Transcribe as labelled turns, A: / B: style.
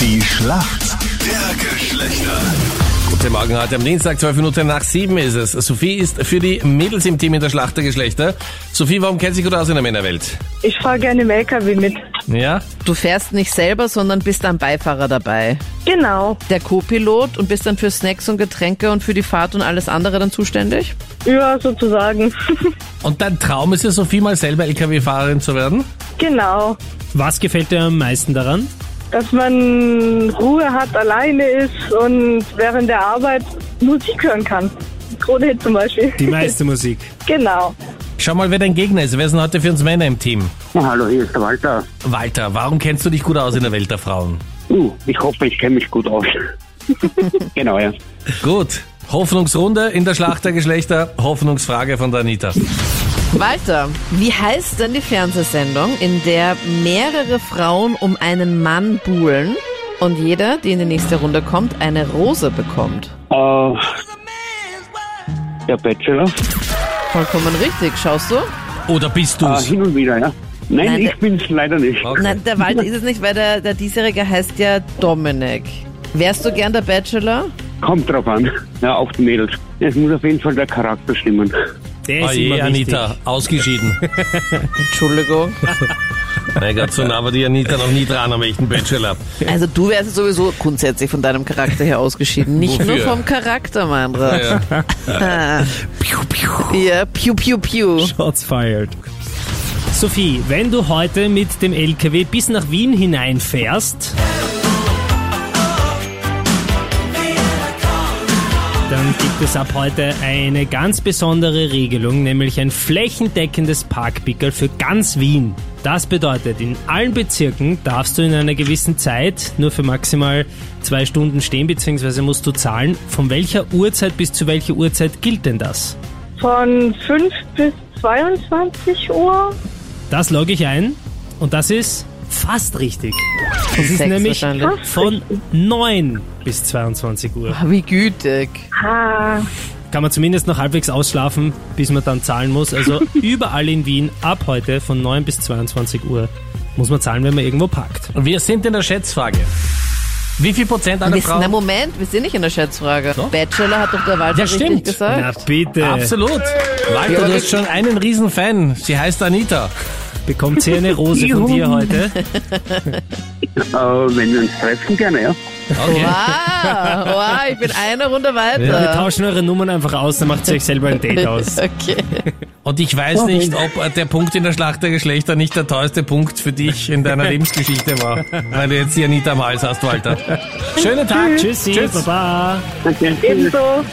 A: Die Schlacht der Geschlechter.
B: Guten Morgen heute am Dienstag, 12 Minuten nach 7 ist es. Sophie ist für die Mädels im Team in der Schlacht der Geschlechter. Sophie, warum kennt sich gut aus in der Männerwelt?
C: Ich fahre gerne im LKW mit.
B: Ja?
D: Du fährst nicht selber, sondern bist am Beifahrer dabei.
C: Genau.
D: Der Co-Pilot und bist dann für Snacks und Getränke und für die Fahrt und alles andere dann zuständig?
C: Ja, sozusagen.
B: Und dein Traum ist ja, Sophie mal selber LKW-Fahrerin zu werden?
C: genau.
E: Was gefällt dir am meisten daran?
C: Dass man Ruhe hat, alleine ist und während der Arbeit Musik hören kann. Krone zum Beispiel.
E: Die meiste Musik.
C: genau.
B: Schau mal, wer dein Gegner ist. Wer sind heute für uns Männer im Team?
F: Ja, hallo, hier ist der Walter.
B: Walter, warum kennst du dich gut aus in der Welt der Frauen?
F: Uh, ich hoffe, ich kenne mich gut aus. genau, ja.
B: Gut. Hoffnungsrunde in der Schlacht der Geschlechter. Hoffnungsfrage von der Anita.
D: Walter, wie heißt denn die Fernsehsendung, in der mehrere Frauen um einen Mann buhlen und jeder, die in die nächste Runde kommt, eine Rose bekommt?
F: Äh, der Bachelor.
D: Vollkommen richtig, schaust du?
B: Oder bist
F: Äh,
B: du's?
F: hin und wieder, ja. Nein,
D: Nein, der-
F: ich bin's leider nicht.
B: Okay.
D: Nein, der Walter ist es nicht, weil der, der diesjährige heißt ja Dominik. Wärst du gern der Bachelor?
F: Kommt drauf an. Ja, auf die Mädels. Es muss auf jeden Fall der Charakter stimmen. Äh,
E: Der ist
B: Oje,
E: immer wichtig.
B: Anita, ausgeschieden.
D: Entschuldigung.
B: mein Gott, so nah war die Anita noch nie dran am echten Bachelor.
D: Also du wärst sowieso grundsätzlich von deinem Charakter her ausgeschieden. Nicht nur
B: Wofür?
D: vom Charakter, mein Rat. Ah.
B: Ja.
D: Ja, piu, piu, piu.
E: Shots fired. Sophie, wenn du heute mit dem LKW bis nach Wien hineinfährst, dann gibt es ab heute eine ganz besondere Regelung, nämlich ein flächendeckendes Parkpickerl für ganz Wien. Das bedeutet, in allen Bezirken darfst du in einer gewissen Zeit nur für maximal zwei Stunden stehen, beziehungsweise musst du zahlen. Von welcher Uhrzeit bis zu welcher Uhrzeit gilt denn das?
C: Von 5 bis 22 Uhr.
E: Das logge ich ein und das ist fast richtig. Es ist
D: Sechs
E: nämlich
D: wahrscheinlich.
E: von 9 bis 22 Uhr.
D: Ah, Wie gütig.
C: Ah,
E: Kann man zumindest noch halbwegs ausschlafen, bis man dann zahlen muss. Also überall in Wien ab heute von 9 bis 22 Uhr muss man zahlen, wenn man irgendwo parkt.
B: Wir sind in der Schätzfrage. Wie viel Prozent aller
D: Wir sind, na,
B: Frauen...
D: Moment, wir sind nicht in der Schätzfrage.
B: So?
D: Bachelor hat doch der Walter
B: Ja,
D: richtig
B: stimmt.
E: Na
D: gesagt.
E: bitte,
B: Äh, Absolut. Walter, du hast schon einen riesen Fan. Sie heißt Anita.
E: bekommt sie eine Rose von dir heute.
F: Äh, wenn wir uns treffen, gerne, ja.
B: Okay.
D: Wow, wow, ich bin eine Runde
E: Wir
D: weiter.
E: tauschen eure Nummern einfach aus, dann macht ihr euch selber ein Date aus.
D: Okay.
B: Und ich
D: Oh,
B: weiß nicht, ob äh, der Punkt in der Schlacht der Geschlechter nicht der teuerste Punkt für dich in deiner Lebensgeschichte war. Weil du jetzt die Anita am Hals hast, Walter. Schönen Tag.
E: Tschüssi,
B: Tschüss.
E: Baba.
F: Okay.
C: ebenso.